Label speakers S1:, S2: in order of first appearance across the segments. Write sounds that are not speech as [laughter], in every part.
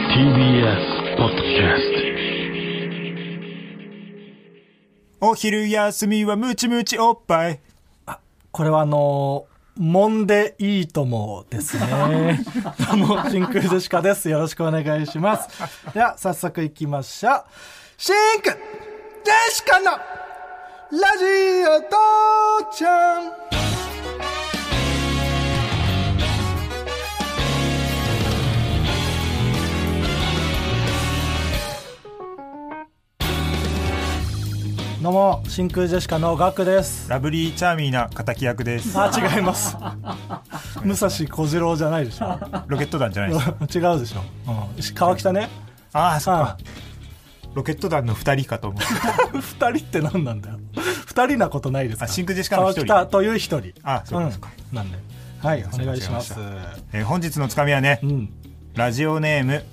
S1: TBS ポッドキャス
S2: お昼休みはムチムチおっぱい。
S3: これはあのー、もんでいいともです
S2: [laughs]
S3: ね。どうも、真空ジェシカです。よろしくお願いします。では、早速行きましょう。真空ジェシカのラジオ父ちゃんどうも、真空ジェシカのガクです。
S2: ラブリーチャーミーな敵役です。
S3: あ違います [laughs] 武蔵小次郎じゃないでしょ
S2: ロケット団じゃないです。
S3: 違うでしょ、うん、し川北ね
S2: ああ、そっ
S3: あ
S2: か。ロケット団の二人かと思う。
S3: 二人って何なんだよ二人なことないですか
S2: あ真空ジェシカの一人
S3: 川北という一人
S2: あそうかそうか
S3: ん、なんではいお
S2: い
S3: 願
S2: ま
S3: い
S2: せん
S3: します
S2: 間えー本日のつかみはね
S3: う、ん
S2: ラジオネーム、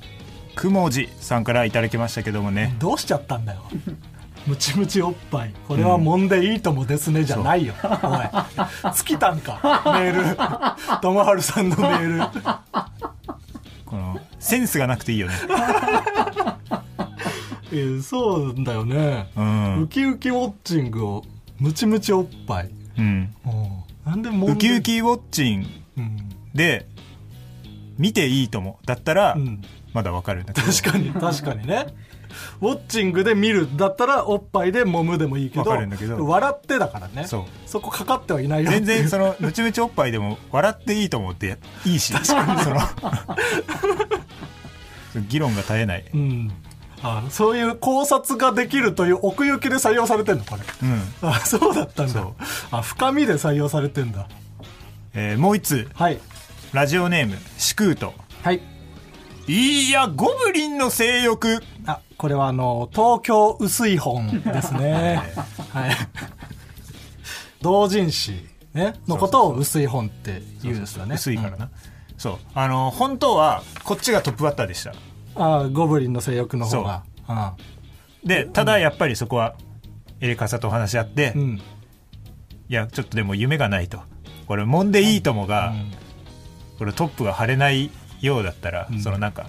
S2: くもじさんからいただきましたけどもね。
S3: どうしちゃったんだよムチムチおっぱいこれはもんでいいともですねじゃないよ、おい尽きたんかメー
S2: [laughs]
S3: ル友春さんのメール
S2: この、センスがなくていいよね。
S3: えーそうだよね、
S2: うん
S3: ウキウキウォッチングをムチムチおっぱい
S2: うん。
S3: おうなんでもんで
S2: ウキウ、キウォッチン
S3: うん、
S2: で、見ていいとも。だったら
S3: うん、
S2: まだわかるんだけど。
S3: 確かに確かにねウォッチングで見るだったらおっぱいで揉むでもいいけど
S2: わかるんだけど
S3: 笑ってだからね
S2: そう
S3: こかかってはいないよ
S2: 全然その、むちむちおっぱいでも笑っていいと思っていいし、確かにその、 [laughs] 議論が絶えない。
S3: うんあそういう考察ができるという奥行きで採用されてんのこれ
S2: うん。
S3: あそうだったんだあ深みで採用されてんだ
S2: えーもう一つ、
S3: はい
S2: ラジオネーム、シクート。
S3: はい
S2: いや、ゴブリンの性欲。
S3: あこれはあの東京薄い本ですねはい同人誌、ね、のことを薄い本って言うんですよね
S2: 薄いからな。そう。あの、本当は、こっちがトップバッターでした。
S3: ああ、ゴブリンの性欲の方が。
S2: で、ただやっぱりそこは、エレカサと話し合って、
S3: うん。
S2: い
S3: うん。
S2: や、ちょっとでも夢がないと。これ、もんでいいともが、これトップが張れないようだったら、そのなんか、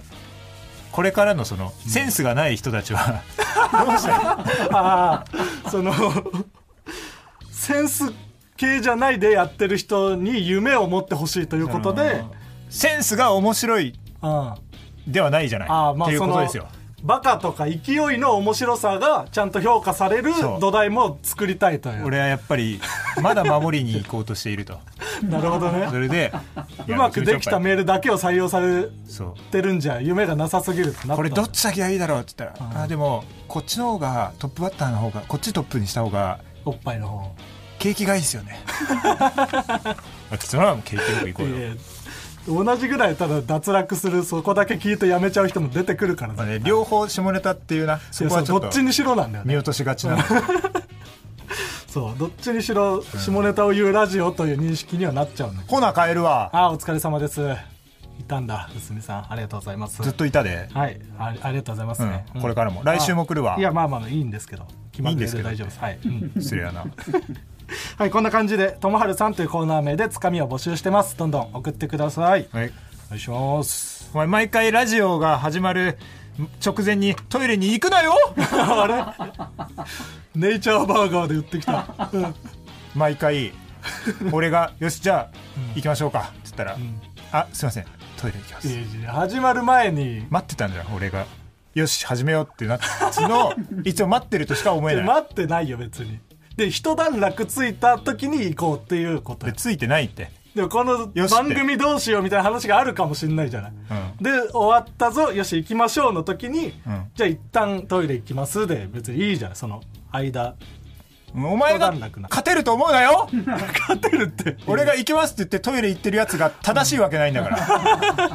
S2: これからのその、センスがない人たちは、 [laughs] どうしたら
S3: [laughs] ああ、その、センス系じゃないでやってる人に夢を持ってほしいということで、
S2: センスが面白い
S3: うん。あ
S2: ではないじゃない。
S3: あ、ま
S2: っ
S3: あ
S2: ていう
S3: そ
S2: こと
S3: の
S2: ですよ。、
S3: バカとか勢いの面白さがちゃんと評価される
S2: そう
S3: 土台も作りたいという。
S2: 俺はやっぱり、まだ守りに行こうとしていると。
S3: なるほど
S2: [laughs] そ
S3: ね。
S2: れで、
S3: うまくできたメールだけを採用され
S2: そう。
S3: てるんじゃ夢がなさすぎるってなった
S2: これどっち先がいいだろうって言ったら、あでも、こっちの方が、トップバッターの方が、こっちトップにした方が、
S3: おっぱいの方。
S2: 景気がいいですよ [laughs] ね。あ、それはもう景気よく行こうよ。
S3: えー同じぐらいただ脱落するそこだけ聞いてやめちゃう人も出てくるから
S2: まあ
S3: ね
S2: ね、両方下ネタっていうな、そこはちょっ
S3: ど
S2: と
S3: っちにしろなんだよ
S2: 見
S3: ね
S2: 落としが [laughs] ちなの。
S3: そうどっちにしろ下ネタを言うラジオという認識にはなっちゃうの
S2: ほな、帰るわ。
S3: ああお疲れ様ですいたんだ薄見さんありがとうございます
S2: ずっといたで。
S3: はいあありがとうございますね、
S2: うんこれからも来週も来るわ
S3: あいやまあまあいいんですけど決まってるんで大丈夫ですはい、うん
S2: 失礼や [laughs] な。
S3: はいこんな感じで「ともはるさん」というコーナー名でつかみを募集してますどんどん送ってください
S2: はい。
S3: お願いします
S2: [laughs] お前、毎回ラジオが始まる直前にトイレに行くなよ
S3: あれネイチャーバーガーで売ってきた。うん
S2: 毎回、俺が、よし、じゃあ、行きましょうか。つったら、あ、すいません。トイレ行きま
S3: い
S2: す。
S3: やいや始まる前に、
S2: 待ってたんじゃん、俺が。よし、始めようってなったのを、いつも待ってるとしか思えない。
S3: 待ってないよ、別に。で、一段落ついた時に行こうっていうこと
S2: で、
S3: よ。
S2: ついてないって。
S3: でもこの
S2: よし
S3: 番組どうしようみたいな話があるかもしんないじゃない。
S2: う
S3: で、終わったぞ、よし、行きましょうの時に、
S2: うん
S3: じゃあ一旦トイレ行きますで、別にいいじゃない、その間。
S2: お前が
S3: 段落な
S2: 勝てると思うなよ
S3: 勝てるって。
S2: 俺が行きますって言ってトイレ行ってるやつが正しいわけないんだから。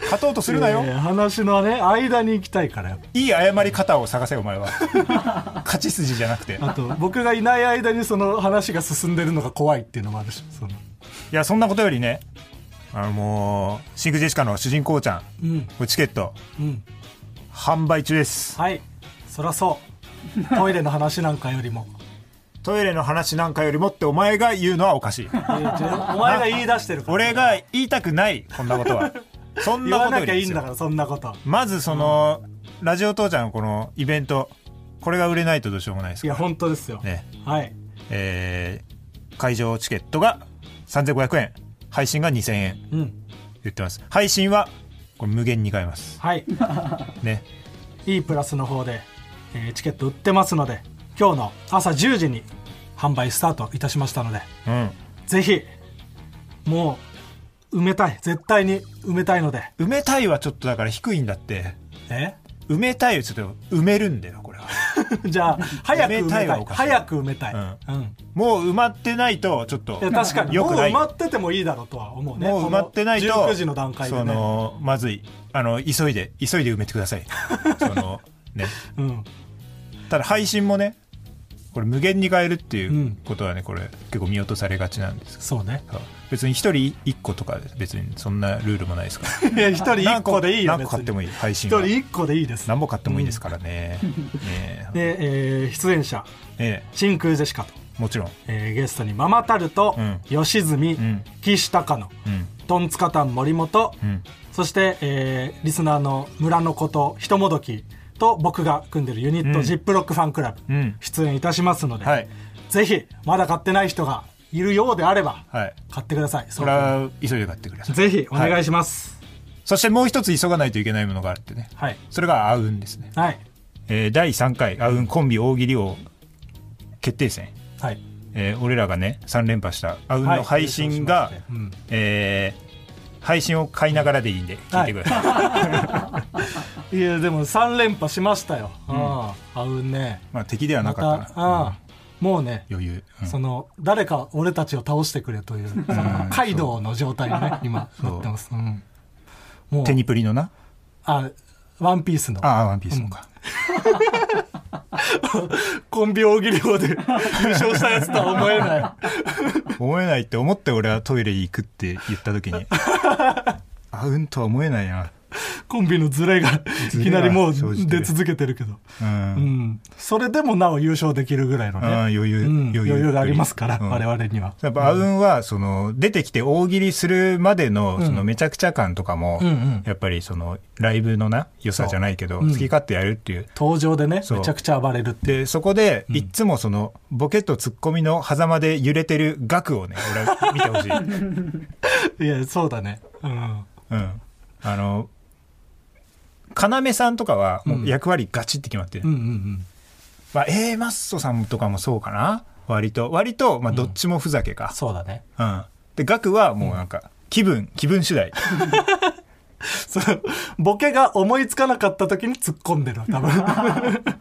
S2: 勝とうとするなよ。
S3: いやいや話のね、間に行きたいから、やっぱ
S2: いい謝り方を探せお前は勝ち筋じゃなくて
S3: あと、僕がいない間にその話が進んでるのが怖いっていうのもあるし、その。
S2: いやそんなことよりねあのもうシンクジェシカの主人公ちゃん
S3: うん、
S2: これチケット
S3: うん。
S2: 販売中です
S3: はいそらそうトイレの話なんかよりも
S2: トイレの話なんかよりもってお
S3: [laughs]
S2: 前 [laughs] が言うのはおかしい
S3: いや違うお前が言い出してるから
S2: 俺が言いたくないこんなことはそん
S3: 言
S2: な
S3: わ
S2: ことよ
S3: なきゃ
S2: り
S3: い
S2: で
S3: いん
S2: す
S3: だ
S2: よ
S3: からそんなこと
S2: まずその、ラジオ父ちゃんのこのイベントこれが売れないとどうしようもないです
S3: いや
S2: から
S3: 本当ですよ、
S2: ね
S3: はい
S2: えー会場チケットが3500円配信が2000円
S3: うん
S2: 言ってます配信はこれ無限に買えます
S3: はい
S2: ね
S3: いいプラスの方で、えーチケット売ってますので今日の朝10時に販売スタートいたしましたので
S2: うん
S3: ぜひもう埋めたい絶対に埋めたいので
S2: 埋めたいはちょっとだから低いんだって
S3: え
S2: 埋めたいはちょっと埋めるんだよこれは
S3: [laughs] じゃあ早く埋めたい
S2: 埋めたいはおかしい
S3: 早く埋めたい、
S2: う
S3: うん
S2: もう埋まってないとちょっと
S3: いや確かに
S2: よ
S3: もう
S2: くな
S3: 埋
S2: い
S3: まっててもいいだろうとは思うね
S2: もう埋まってないと
S3: この19時の段階で
S2: そ
S3: ね、
S2: のまずいあの急いで急いで埋めてくださ
S3: [laughs]
S2: いそのね
S3: うん、
S2: ただ配信もねこれ無限に変えるってい
S3: うん
S2: うことはねこれ結構見落とされがちなんです
S3: そうね
S2: が別に一人一個とか別にそんなルールもないですから
S3: [laughs] いや一人一個でいいよ
S2: 何個買ってもいい配
S3: 一
S2: 信は
S3: 人一個でいいです
S2: 何本買ってもいいですからね、ねえ
S3: で、えー出演者
S2: え
S3: 真空ジェシカと、
S2: えもちろん
S3: えーゲストにママタルト、
S2: うん
S3: 吉住、
S2: ん
S3: 岸高野
S2: うん
S3: トンツカタン森本、
S2: うん
S3: そして、えーリスナーの村のことひともどきと僕が組んでるユニット、
S2: うん
S3: ジップロックファンクラブ、
S2: うん
S3: 出演いたしますので、
S2: はい
S3: ぜひまだ買ってない人がいるようであれば
S2: はい
S3: 買ってください
S2: これは急いで買ってください
S3: ぜひお願いします
S2: そしてもう一つ急がないといけないものがあってね
S3: はい
S2: それがあうんですね、
S3: はい
S2: えー第3回あうんコンビ大喜利王決定戦、
S3: はい
S2: えー俺らがね3連覇したあうん
S3: はい
S2: の配信が、
S3: うん
S2: えー配信を買いながらでいいんで聞いてくださ
S3: [laughs]
S2: い、
S3: いやでも3連覇しましたよ、うん、あうんね
S2: まあ敵ではな
S3: ま
S2: か
S3: た
S2: ったな、
S3: あもうね
S2: 余裕、うん
S3: その誰か俺たちを倒してくれというそのカイドウの状態にね今
S2: そう
S3: なってます、うん、もう
S2: テニプリのな
S3: あワンピースの
S2: ああワンピースもか、
S3: コンビ大喜利王で [laughs] 優勝したやつとは思えない
S2: 思えないって思って俺はトイレ行くって言った
S3: [laughs]
S2: 時にあうんとは思えないな
S3: コンビのズレがいきなりもう
S2: 生じてる
S3: 出続けてるけど、
S2: うん、
S3: う
S2: うん
S3: ん、それでもなお優勝できるぐらいのね、
S2: 余裕、
S3: うん
S2: っぷ
S3: 余裕がありますから、
S2: うん
S3: 我々には
S2: やっぱ、あうんは、その、出てきて大喜利するまでの、その、めちゃくちゃ感とかも
S3: うんうん、
S2: やっぱり、その、ライブのな、良さじゃないけど、
S3: ううん
S2: 好き勝手やるっていう。
S3: 登場でね
S2: そう
S3: めちゃくちゃ暴れるって
S2: で、そこで、いっつもその、ボケとツッコミの狭間で揺れてる額をね、俺は見て
S3: [laughs]
S2: ほしい。う
S3: いやそうだねうん
S2: ん。あの、要さんとかは、もう役割ガチって決まってる
S3: うんう。ん
S2: まあ、A マッソさんとかもそうかな割と。割と、まあ、どっちもふざけ
S3: うん
S2: か。
S3: そうだね
S2: うん。で、額はもうなんか、気分、気分次第。
S3: その [laughs] ボケが思いつかなかった時に突っ込んでる多
S2: [laughs]
S3: 分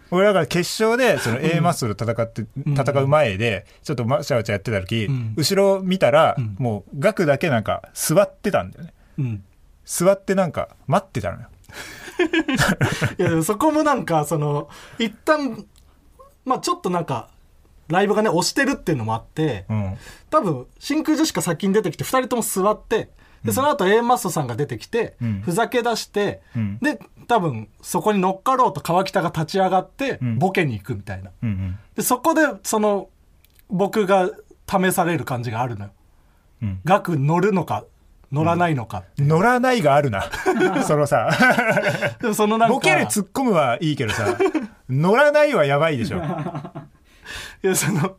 S2: 俺だから決勝でその A マッソル戦って、
S3: ん
S2: 戦う前でちょっとわちゃわちゃやってた時、
S3: ん
S2: 後ろ見たら、
S3: ん
S2: もうガクだけなんか座ってたんだよね
S3: うん
S2: 座ってなんか待ってたのよ
S3: いやでもそこもなんかその一旦まあちょっとなんかライブがね押してるっていうのもあって、
S2: うん
S3: 多分真空ジェシカ先に出てきて2人とも座ってでその後 A マッソさんが出てきて、
S2: うん
S3: ふざけ出して、
S2: うん
S3: で多分そこに乗っかろうと川北が立ち上がって、
S2: ん
S3: ボケに行くみたいな
S2: うんうん
S3: でそこでその僕が試される感じがあるのよ
S2: うん
S3: 額乗るのか乗らないのか、
S2: 乗らないがあ
S3: [laughs]
S2: るなそのさ
S3: でもそのなんか
S2: ボケる突っ込むはいいけどさ乗らないはやばい
S3: [laughs]
S2: でしょ
S3: いやその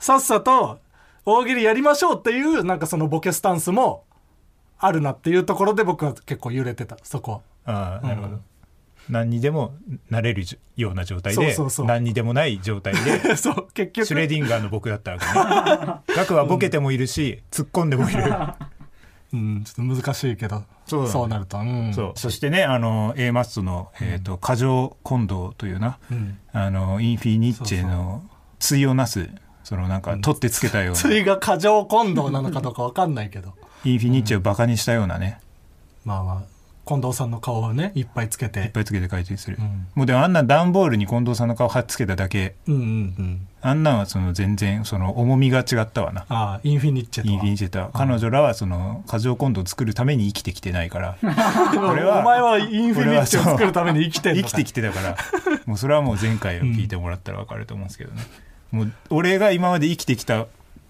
S3: さっさと大喜利やりましょうっていうなんかそのボケスタンスもあるなっていうところで僕は結構揺れてたそこは
S2: ああなるほど、何にでもなれるじような状態
S3: そ
S2: で
S3: うそうそう
S2: 何にでもない状態
S3: [laughs]
S2: で
S3: そう結局
S2: シュレディンガーの僕だったわけねガクはボケてもい
S3: [laughs]
S2: るし、突っ込んでもいる
S3: うん、ちょっと難しいけど、
S2: そうだね
S3: なると。うん
S2: そうそしてねあの A マッソの「えーと過剰近藤」というな、
S3: ん
S2: あのインフィニッチェの対をなすそのなんか取ってつけたよう [laughs] な、
S3: 釣りが過剰混同なのかどうかわかんないけど。
S2: インフィニッチェをバカにしたようなね
S3: まあまあ、近藤さんの顔をね、いっぱいつけ。
S2: いってぱいつけて回転する、
S3: ん
S2: もうでもあんな段ボールに近藤さんの顔貼っつけただけ
S3: うんうんうん。
S2: あんなんはその全然その重みが違ったわな
S3: ああ、インフィニッチェと
S2: イン
S3: は。
S2: フィニッチェとは彼女らはその過剰近藤を作るために生きてきてない [laughs] から
S3: でも
S2: これは
S3: お前はインフィニッチェを作るために生きてんの
S2: 生
S3: か
S2: きてきてだから
S3: [laughs]
S2: もうそれはもう前回を聞いてもらったら分かると思うんですけどね、もう俺が今まで生きてきた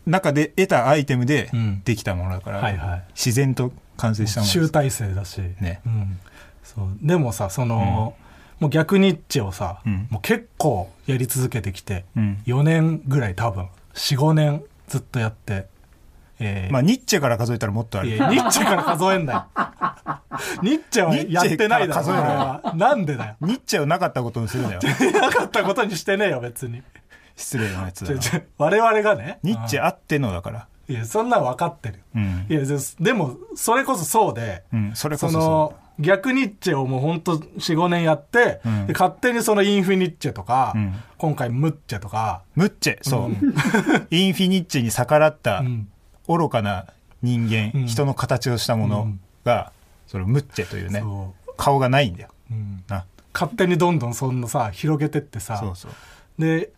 S2: 中で得たアイテムで
S3: うん
S2: できたものだから、
S3: はいはい
S2: 自然と完成したもので
S3: 集
S2: す
S3: 大成だし、
S2: ね
S3: うん、そうでもさその、もう逆ニッチをさ、
S2: うん
S3: もう結構やり続けてきて、
S2: うん
S3: 4年ぐらい多分45年ずっとやって、えー
S2: まあニッチェから数えたらもっとあ
S3: い
S2: る
S3: やニッチェから数えん
S2: [laughs]
S3: なよニッチェはやってないだ
S2: ニッチェから
S3: ろなんでだよ
S2: ニッチェをなかったことにする
S3: [laughs]
S2: なよ
S3: なかったことにしてねえよ別に
S2: 失礼なやつ
S3: ち
S2: だ
S3: ょ
S2: な
S3: ちょ我々がね
S2: ニッチェあってのだから
S3: いやそんなん分かってるよ
S2: うん
S3: いやででもそれこそそうで、
S2: うんそれこ
S3: そ
S2: そ
S3: の
S2: そ
S3: 逆ニッチェをもうほんと45年やって、
S2: うん
S3: で勝手にそのインフィニッチェとか、
S2: うん
S3: 今回ムッチェとか、
S2: うムッチェそう、 [laughs] インフィニッチェに逆らった
S3: うん
S2: 愚かな人間、
S3: うん
S2: 人の形をしたものが、そのムッチェというね
S3: そ
S2: 顔がないんだよ
S3: ううん
S2: な
S3: 勝手にどんどんそんなさ広げてってさ
S2: そうそう
S3: で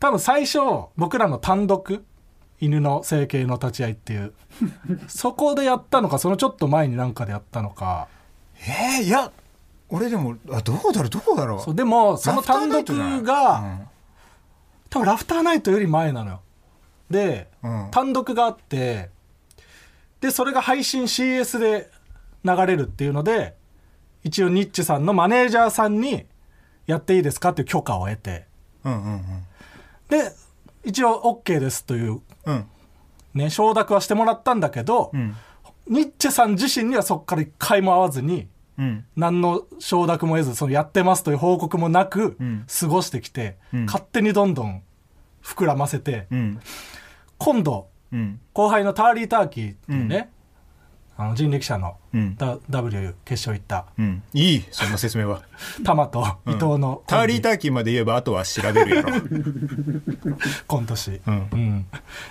S3: 多分最初僕らの単独犬の整形の立ち会いっていう
S2: [laughs]
S3: そこでやったのかそのちょっと前になんかでやったのか
S2: えー、いや俺でもあどうだろうどうだろう
S3: そうでもその
S2: ラフター
S3: 単
S2: ナ
S3: 独
S2: イトじゃない
S3: が、多分ラフターナイトより前なのよで、
S2: うん
S3: 単独があってでそれが配信 CS で流れるっていうので一応ニッチさんのマネージャーさんにやっていいですかっていう許可を得て
S2: うんうんうん
S3: で一応 OK ですという
S2: うん
S3: ね承諾はしてもらったんだけど、
S2: うん
S3: ニッチェさん自身にはそこから一回も会わずに
S2: うん
S3: 何の承諾も得ずそのやってますという報告もなく
S2: うん
S3: 過ごしてきて、
S2: うん
S3: 勝手にどんどん膨らませて、
S2: うん
S3: 今度
S2: うん
S3: 後輩のターリー・ターキーっていうね、あの人力車の
S2: うん
S3: ダ W 決勝行った
S2: うんいいそんな説 [laughs] 明は
S3: タマと伊藤の
S2: タ
S3: コ
S2: ー
S3: ンビ、
S2: リーターキーまで言えばあとは調べるや [laughs] ろ
S3: コント師、
S2: うん
S3: うん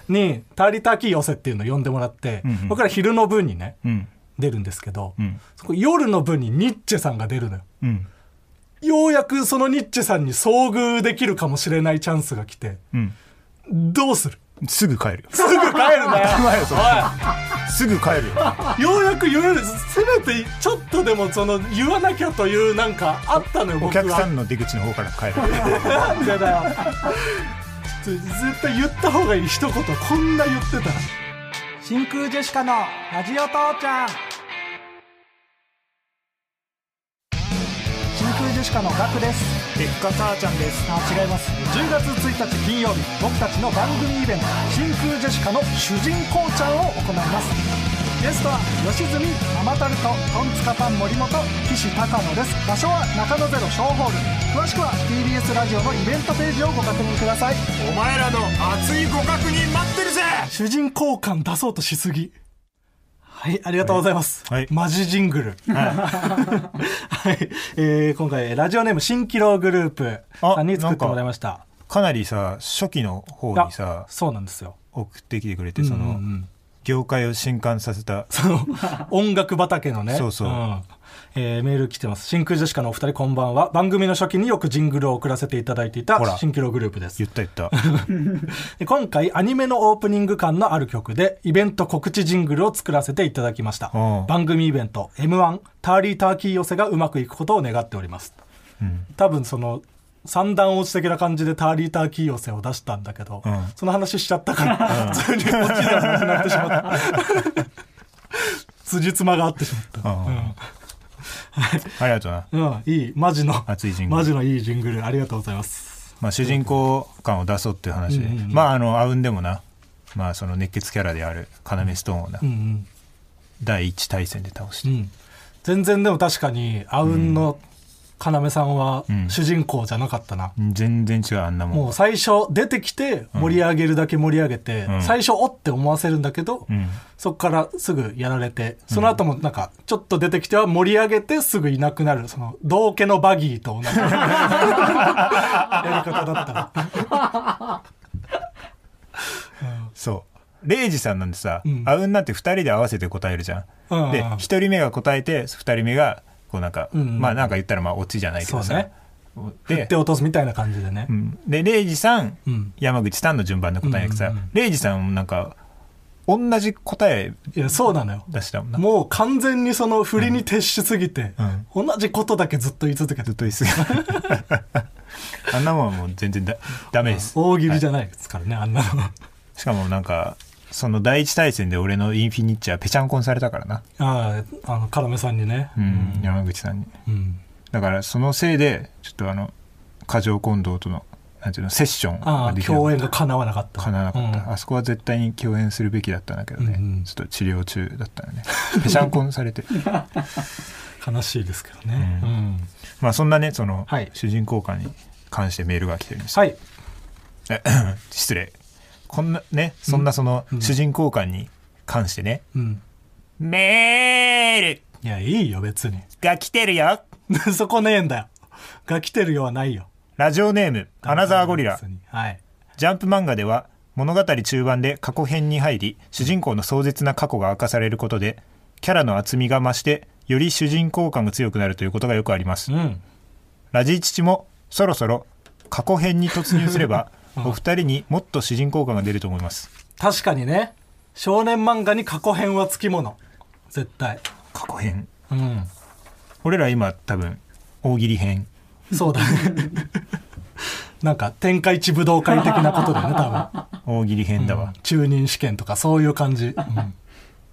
S3: にターリー・ターキー寄せっていうのを呼んでもらって、
S2: うんうん
S3: 僕ら昼の分にね
S2: うん
S3: 出るんですけど、
S2: うん
S3: そこ夜の分にニッチェさんが出るのよ
S2: うん
S3: ようやくそのニッチェさんに遭遇できるかもしれないチャンスが来て、
S2: うん
S3: どうする
S2: すぐ帰るよ
S3: すぐ帰るなよ [laughs]
S2: 前よそれすぐ帰るよ
S3: ようやく言えるせめてちょっとでもその言わなきゃというなんかあったのよ
S2: お
S3: 僕は
S2: 客さんの出口の方から帰る
S3: なん [laughs] でだよちょっと絶対言った方がいい一言こんな言ってたら真空ジェシカのラジオ父ちゃん真空ジェシカのガクです
S2: 結果たーちゃんです
S3: あ違います10月1日金曜日僕たちの番組イベント「真空ジェシカ」の主人公ちゃんを行いますゲストは吉住ママタルトトンツカタン森本岸高野です場所は中野ゼロ小ホール詳しくは TBS ラジオのイベントページをご確認ください
S2: お前らの熱いご確認待ってるぜ
S3: 主人公感出そうとしすぎはいありがとうございます、
S2: はい
S3: マジジングル [laughs] はい、えー今回ラジオネーム新キログループさんに作ってもらいました
S2: かなりさ初期の方にさ
S3: あそうなんですよ
S2: 送ってきてくれてその、
S3: うんうんうん
S2: 業界を震撼させた
S3: その音楽畑のね
S2: そうそうん
S3: えーメール来てます真空ジェシカのお二人こんばんは番組の初期によくジングルを送らせていただいていた
S2: ほら
S3: 新キログループです
S2: 言った言 [laughs] った
S3: で今回アニメのオープニング感のある曲でイベント告知ジングルを作らせていただきました
S2: うん
S3: 番組イベント m 1ターリーターキー寄せがうまくいくことを願っております、
S2: ん
S3: 多分その三段落ち的な感じでターリーターキー寄せを出したんだけど、
S2: うん
S3: その話しちゃったから、普通に落ちの話になってしまった
S2: [laughs]
S3: 辻褄が合ってしまった
S2: うんありがとうな、
S3: うん、いい、マジの、
S2: 熱いジングル
S3: マジのいいジングル、ありがとうございます。
S2: まあ、主人公感を出そうっていう話で、
S3: うんうんうん
S2: まああのあうんでもなまあその熱血キャラである要ストーンをな、
S3: うん
S2: 第一対戦で倒し
S3: う
S2: て、
S3: ん。うん。全然でも確かに、あうんの要さんは
S2: うん
S3: 主人公じゃなかったな。
S2: 全然違うあんなもん
S3: もう最初出てきて盛り上げるだけ盛り上げて、
S2: うん
S3: 最初おって思わせるんだけど、
S2: うん
S3: そこからすぐやられて、その後もなんかちょっと出てきては盛り上げてすぐいなくなる、その道家のバギーと同じ [laughs] やり方だったら。
S2: そうレイジさんなんてさ、
S3: うん
S2: あうんなんて二人で合わせて答えるじゃん、
S3: うんうん
S2: で一人目が答えて二人目がこうなんか、
S3: うんうん
S2: まあなんか言ったらまあオチじゃないけど
S3: そ
S2: さ、
S3: うね振っ
S2: で
S3: て落とすみたいな感じでね
S2: う。んでレイジさん、
S3: うん
S2: 山口さんの順番で答えなくてさ、
S3: うんうんうん
S2: レイジさんもなんか同じ答え
S3: いや、そうなのよ。
S2: 出したもんな
S3: もう完全にその振りに徹しすぎて、同じことだけずっと言い続けて
S2: ずっ
S3: る。
S2: と椅 [laughs] 子があんなもんはもう全然だダメです
S3: 大喜利じゃないですからね、あんなのは。 [laughs]
S2: しかもなんかその第一対戦で俺のインフィニッチはぺちゃんこにされたからな、
S3: あああの要さんにね
S2: うん、山口さんに
S3: うん
S2: だからそのせいでちょっとあの過剰近藤とのなんていうのセッション
S3: あ
S2: が
S3: あ
S2: できなか
S3: 共
S2: っ
S3: 演
S2: た
S3: が叶わなかった
S2: かなわなかった、
S3: うん
S2: あそこは絶対に共演するべきだったんだけどね、
S3: うんうん
S2: ちょっと治療中だったよねぺちゃんこにさ
S3: [laughs]
S2: れて
S3: 悲しいですけどね、う
S2: うんんまあそんなねその、
S3: はい
S2: 主人公間に関してメールが来てるんです
S3: はい
S2: え失礼こんなねそんなその
S3: うん
S2: 主人公間に関してね、
S3: うん
S2: メール
S3: いやいいよ別に [laughs]
S2: が来てるよ
S3: そこねえんだよが来てるよはないよ
S2: ラジオネームアナザーゴリラ
S3: 別にはい
S2: ジャンプ漫画では物語中盤で過去編に入り主人公の壮絶な過去が明かされることでキャラの厚みが増してより主人公感が強くなるということがよくあります
S3: うん
S2: ラジチチもそろそろ過去編に突入すれ [laughs] ばお二人にもっと主人公感が出ると思います
S3: 確かにね少年漫画に過去編はつきもの絶対
S2: 過去編
S3: うん
S2: 俺ら今多分大喜利編
S3: そうだね [laughs] なんか天下一武道会的なことだよね多
S2: 大喜利編 [laughs] だわ、
S3: 分中任試験とかそういう感じ、うん、あ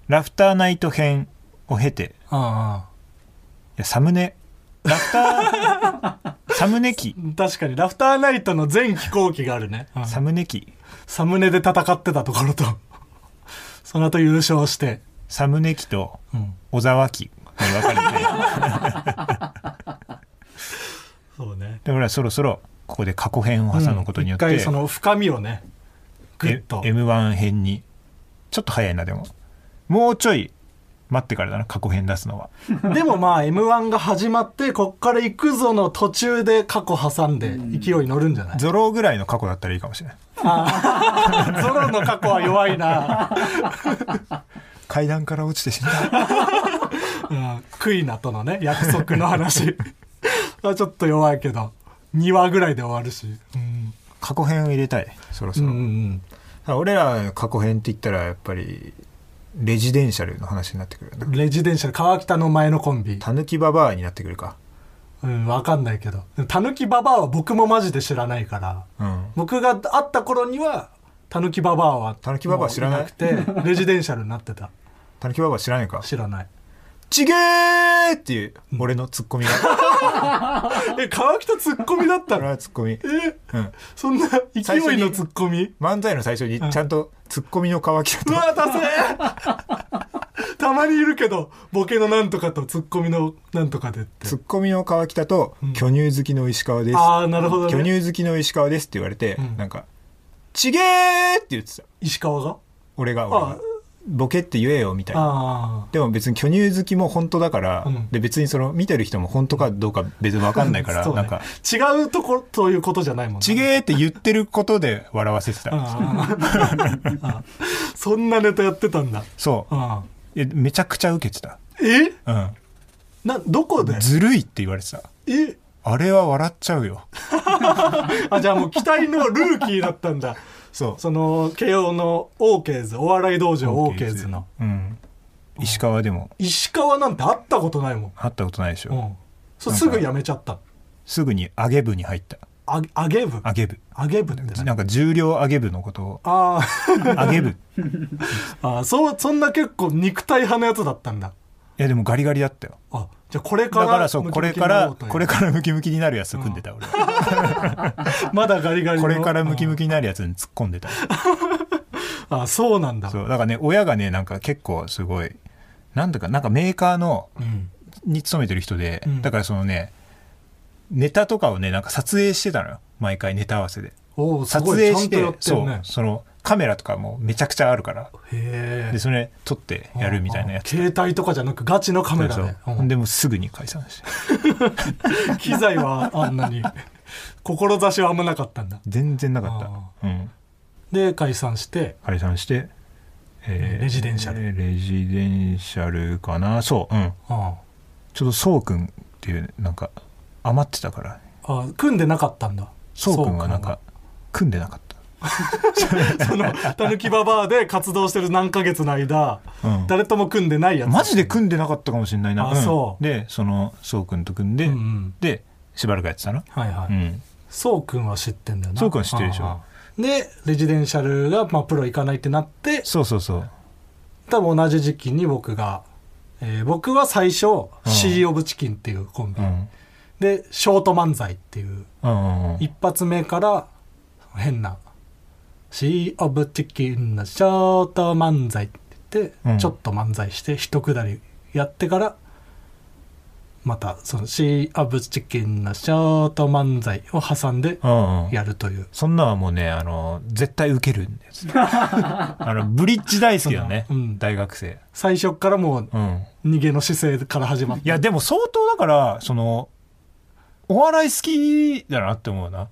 S2: ラフターナイト編を経て
S3: あ
S2: いやサムネラフタ
S3: [laughs]
S2: ーサムネ期
S3: 確かにラフターナイトの前期後期があるね、うん
S2: サムネ期
S3: サムネで戦ってたところと [laughs] その後優勝して、
S2: サムネ期と
S3: うん、
S2: 小沢期に分かれて
S3: そうね
S2: で俺らそろそろここで過去編を挟むことによって、
S3: うん一回その深みをねグッと
S2: m 1編にちょっと早いなでももうちょい待ってからだな過去編出すのは
S3: でもまあ m 1が始まってこっから行くぞの途中で過去挟んで勢い乗るんじゃない、
S2: ゾロぐらいの過去だったらいいかもしれな
S3: [laughs]
S2: い
S3: ゾロの過去は弱いな、
S2: 階段から落ちて死んだ
S3: うん、クイナとのね約束の話 [laughs] はちょっと弱いけど2話ぐらいで終わるし
S2: 過去編を入れたいそろそ
S3: うんう
S2: ろ、
S3: ん
S2: 俺ら過去編って言ったらやっぱりレジデンシャルの話になってくる
S3: うんレジデンシャル川北の前のコンビ
S2: たぬきババアになってくるか
S3: うんわかんないけどたぬきババアは僕もマジで知らないから
S2: うん
S3: 僕が会った頃にはたぬきババアは
S2: たぬきババア知らない
S3: もうなくてレジデンシャルになってた
S2: たぬきババア知らないか
S3: 知ら
S2: [laughs]
S3: ない
S2: ちげーっていう俺のツ
S3: [laughs]
S2: ッコミが
S3: え川北ツッコミだった
S2: 俺
S3: の
S2: はツッコミ
S3: え
S2: うん
S3: そんな勢
S2: 最初
S3: いの
S2: に
S3: ツッコミ
S2: 漫才の最初にちゃんとツッコミの乾きだ
S3: う
S2: と
S3: わ達成 [laughs] たまにいるけどボケのなんとかとツッコミのなんとかでって
S2: ツッコミの川北と
S3: うん
S2: 巨乳好きの石川です、
S3: ああなるほど
S2: 巨
S3: ね
S2: 乳好きの石川ですって言われて、
S3: うん
S2: なんか「ちげー!」って言ってた
S3: 石川が
S2: 俺が俺
S3: あ
S2: がボケって言えよみたいな
S3: あ
S2: でも別に巨乳好きも本当だから、
S3: うん
S2: で別にその見てる人も本当かどうか別に分かんないから、
S3: そうね
S2: なんか
S3: 違うとこということじゃないもんね
S2: 「ちげー!」って言ってることで笑わせてた、
S3: ああ [laughs] そんなネタやってたんだ。
S2: そう
S3: ああ
S2: えめちゃくちゃ受けてた、
S3: え
S2: うん、
S3: な、どこで
S2: ずるいって言われてた
S3: え
S2: あれは笑っちゃうよ
S3: あ、じゃあもう期待のルーキーだったんだ。
S2: そう
S3: その、慶応のオーケーズ、お笑い道場オーケーズの。、
S2: うん、石川でも
S3: 石川なんて会ったことないもん。
S2: 会ったことないでしょ、
S3: うん。そう
S2: なん
S3: す
S2: か
S3: ぐ辞めちゃった。
S2: すぐに上げ部に入った
S3: あ、あげぶ。
S2: 上げ部
S3: あげぶってな。
S2: なんか重量上げ部のことを
S3: あ
S2: 上げ部い
S3: あ [laughs] ああ、そう、そんな結構肉体派のやつだったんだ。
S2: やでもガリガリだったよ
S3: あ、じゃあこれか
S2: だ
S3: ら、
S2: からそう
S3: ムキ
S2: こ
S3: ム
S2: れ
S3: キに
S2: か
S3: なろ
S2: ら
S3: うという
S2: これからムキムキになるやつと組んでた俺は
S3: まだガリガリの
S2: これからムキムキになるやつに突っ込んでた
S3: ああ、そうなんだ。
S2: そうだからね親がねなんか結構すごいなんだかなんかメーカーの
S3: うん。
S2: に勤めてる人で、
S3: うん
S2: だからそのねネタとかをねなんか撮影してたのよ毎回ネタ合わせで
S3: おお、す
S2: 撮
S3: ごい
S2: 影
S3: ちゃ
S2: し
S3: んと
S2: て
S3: やって
S2: そ
S3: る
S2: う
S3: ね。
S2: そのカメラとかもめちゃくちゃあるから
S3: へ
S2: でそれ撮ってやるみたいなやつ
S3: 携帯とかじゃなくガチのカメラ
S2: そう
S3: で
S2: そう
S3: うん
S2: でもうすぐに解散して
S3: 機材はあんな
S2: [laughs]
S3: に志はあんまなかったんだ
S2: 全然なかった、うん、
S3: で解散して
S2: 解散して、え
S3: レジデンシャル
S2: えーレジデンシャルかなそううん
S3: あ
S2: ちょっとそうくんっていうなんか余ってたから
S3: あ組んでなかったんだ
S2: そうくんはなん [laughs] か組んでなかっ
S3: そうくんはそのたぬきババアで活動してる何ヶ月の間
S2: た、うん、
S3: 誰とも組んでないやつ
S2: マジで組んでなかったかもしれないな
S3: あそう
S2: うんでそのそうくんと組んで、
S3: うんうん
S2: でしばらくやってたな
S3: はいは
S2: う
S3: い
S2: ん
S3: そうくんは知ってんだよな
S2: そうくんは知ってるでしょ
S3: ああでレジデンシャルが、まあ、プロ行かないってなって
S2: そうそうそう
S3: 多分同じ時期に僕が、えー僕は最初、
S2: ん
S3: シー・オブ・チキンっていうコンビ、
S2: うん
S3: でショート漫才っていう
S2: うんうんうん
S3: 一発目から変な「シー・オブ・チキンのショート漫才」って言って、
S2: うん
S3: ちょっと漫才して一くだりやってからまたその「シー・オブ・チキンのショート漫才」を挟んで
S2: うんうん
S3: やるという、
S2: そんなんはもうねあの絶対受けるんです
S3: [laughs]
S2: あのブリッジ大好きだね、
S3: そうだうん
S2: 大学生
S3: 最初からもう
S2: うん
S3: 逃げの姿勢から始まって
S2: いやでも相当だからそのお笑い好きだなって思うな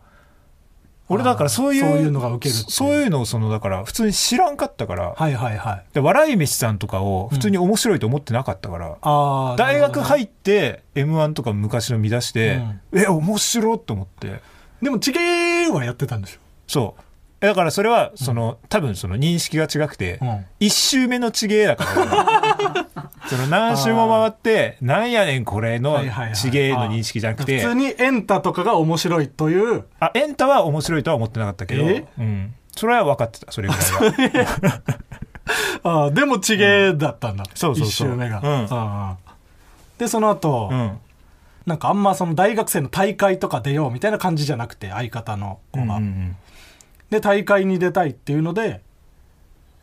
S2: 俺だからそういう
S3: そういうのがウケるっていう
S2: そそういうのをそのだから普通に知らんかったから、
S3: はいはいはい
S2: で笑い飯さんとかを普通に面白いと思ってなかったから、
S3: ああ
S2: 大学
S3: っ
S2: 入って m 1とか昔の見出して、え面白いと思って
S3: でもチゲーはやってたんでしょ
S2: そうえだからそれはその、多分その認識が違くて、
S3: うん
S2: 一周目のちげえだから。 [laughs] その何周も回って、なんやねんこれの
S3: はいはいはい
S2: ちげえの認識じゃなく
S3: 普
S2: て
S3: 通、にエンタとかが面白いという
S2: あ、エンタは面白いとは思ってなかったけど、
S3: え
S2: うん。それは分かってた、そ
S3: [laughs]
S2: れぐらいは。
S3: あーでもチゲーだったんだ、
S2: そうそう
S3: 一
S2: そう
S3: 周目が、
S2: うん
S3: あーでその後、
S2: うん。
S3: なんかあんまその大学生の大会とか出ようみたいな感じじゃなくて相方の子
S2: うん
S3: が、
S2: うん
S3: で大会に出たいっていうので、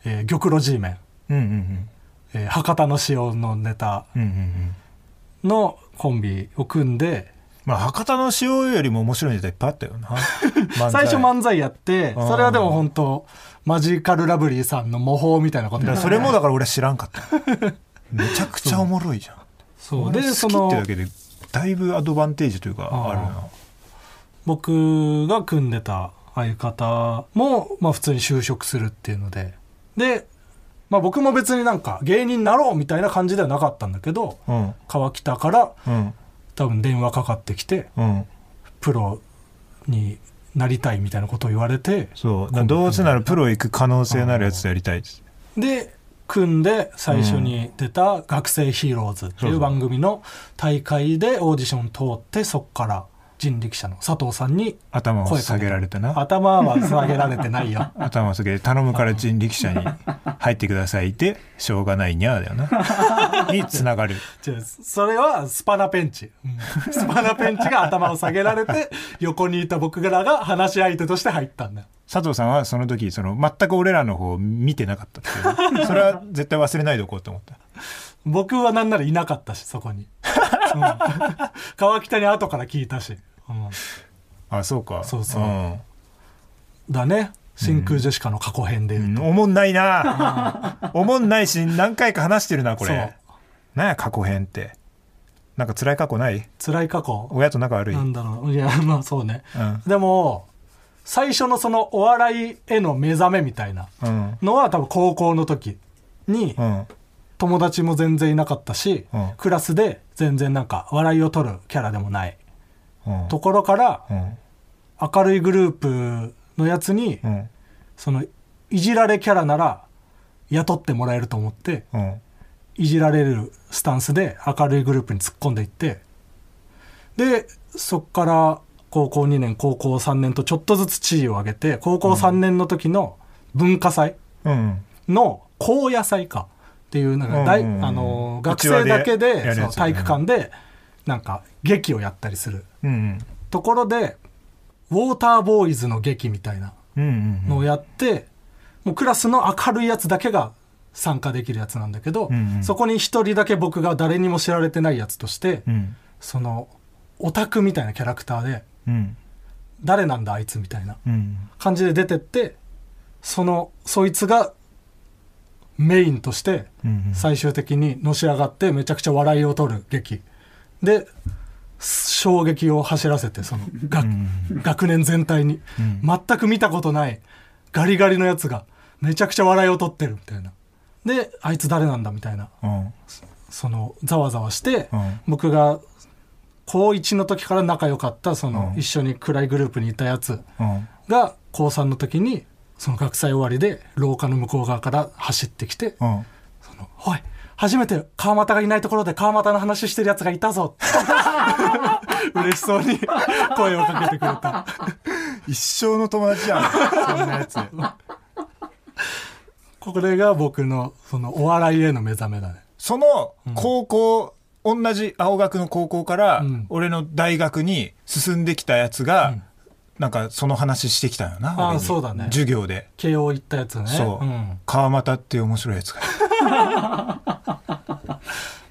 S3: えー玉露 G メン、
S2: うん。うんうん
S3: えー博多の塩のネタ
S2: うん。うんうんうん。
S3: のコンビを組んで
S2: まあ、博多の塩よりも面白いネタいっぱいあったよ
S3: [laughs]
S2: な。
S3: 最初
S2: 漫
S3: 漫才やって
S2: うん
S3: それはでも本当マジカルラブリーさんの模倣みたいなこと
S2: 才。だからそれもだから俺知らんかった。
S3: [laughs]
S2: めちゃくちゃおもろいじゃん。
S3: そう
S2: 俺
S3: で
S2: 好
S3: そ
S2: きっ
S3: の
S2: てだけで、だいぶアドバンテージというか、あるな。
S3: 僕が組んでた相方も、まあ、普通に就職するっていうのでで、まあ、僕も別になんか芸人になろうみたいな感じではなかったんだけど
S2: うん。
S3: 川北から
S2: うん。
S3: 多分電話かかってきて
S2: うん。
S3: プロになりたいみたいなことを言われて
S2: そう。などうせならプロ行く可能性のあるやつとやりたいです。
S3: で組んで最初に出た「学生ヒーローズ」って
S2: そう
S3: い
S2: そうう
S3: 番組の大会でオーディション通ってそっから人力車の佐藤さんに
S2: 頭を下げられたな。
S3: 頭は下げられてないよ
S2: 頭を下げて、頼むから人力車に入ってくださいって、しょうがないにゃーだよな。につながる。
S3: 違うそれはスパナペンチ、うんスパナペンチが頭を下げられ
S2: [laughs]
S3: て横にいた僕らが話し相手として入ったんだよ
S2: 佐藤さんはその時、その、全く俺らの方を見てなかったっていう。それは絶対忘れないでおこうと思った。
S3: 僕はなんならいなかったしそこに、うん
S2: [laughs]
S3: 川北に後から聞いたし、うん
S2: あ、そうか。
S3: そうそうんだね真空ジェシカの過去編で
S2: う
S3: 言うと、
S2: ん。おもんないなおもんないし、何回か話してるな、こ
S3: そう
S2: れ。なんや、過去編って。なんか辛い過去ない
S3: 辛い過去
S2: 親と仲悪い。う
S3: なん
S2: ん。
S3: だろういやまあそうね、でも最初のそのお笑いへの目覚めみたいな
S2: うん。
S3: のは多分高校の時に、
S2: うん。
S3: 友達も全然いなかったし、
S2: うん
S3: クラスで全然なんか笑いを取るキャラでもない
S2: うん。
S3: ところから
S2: うん。
S3: 明るいグループのやつに、
S2: うん。
S3: そのいじられキャラなら雇ってもらえると思って
S2: うん。
S3: いじられるスタンスで明るいグループに突っ込んでいってでそっから高校2年高校3年とちょっとずつ地位を上げて高校3年の時の文化祭、
S2: うん。
S3: の高野祭かっていうなんか大、
S2: うんうんうん
S3: あのー
S2: う
S3: 学
S2: ちわ
S3: 生
S2: で
S3: だけで
S2: やるやつ
S3: そう体育館でなんか劇をやったりする
S2: うん。
S3: ところでウォーターボーイズの劇みたいな
S2: うんうん
S3: のをやって、もうクラスの明るいやつだけが参加できるやつなんだけど、
S2: んうん
S3: そこに一人だけ僕が誰にも知られてないやつとして、
S2: うん
S3: そのオタクみたいなキャラクターで
S2: うん
S3: 誰なんだあいつみたいな
S2: うん
S3: 感じで出てってそのそいつがメインとして
S2: うん
S3: 最終的にのし上がってめちゃくちゃ笑いを取る劇で衝撃を走らせてその学,、学年全体に、全く見たことないガリガリのやつがめちゃくちゃ笑いを取ってるみたいなであいつ誰なんだみたいな
S2: うん
S3: そのざわざわして、
S2: うん
S3: 僕が高1の時から仲良かったその、
S2: うん
S3: 一緒に暗いグループにいたやつ
S2: うん
S3: が高3の時にその学祭終わりで廊下の向こう側から走ってきて
S2: うん
S3: 「おい初めて川又がいないところで川又の話してるやつが
S2: [laughs]
S3: いたぞ」嬉しそうに声をかけてくれた
S2: 一生の友達じゃんそんなやつ
S3: これが僕のそのお笑いへの目覚めだね
S2: その高校、同じ青学の高校から、
S3: うん
S2: 俺の大学に進んできたやつが、なんかその話してきたよな
S3: あ
S2: 俺に
S3: そうだね
S2: 授業で
S3: 慶応行ったやつね
S2: そう、
S3: ん
S2: 川又っていう面白いやつが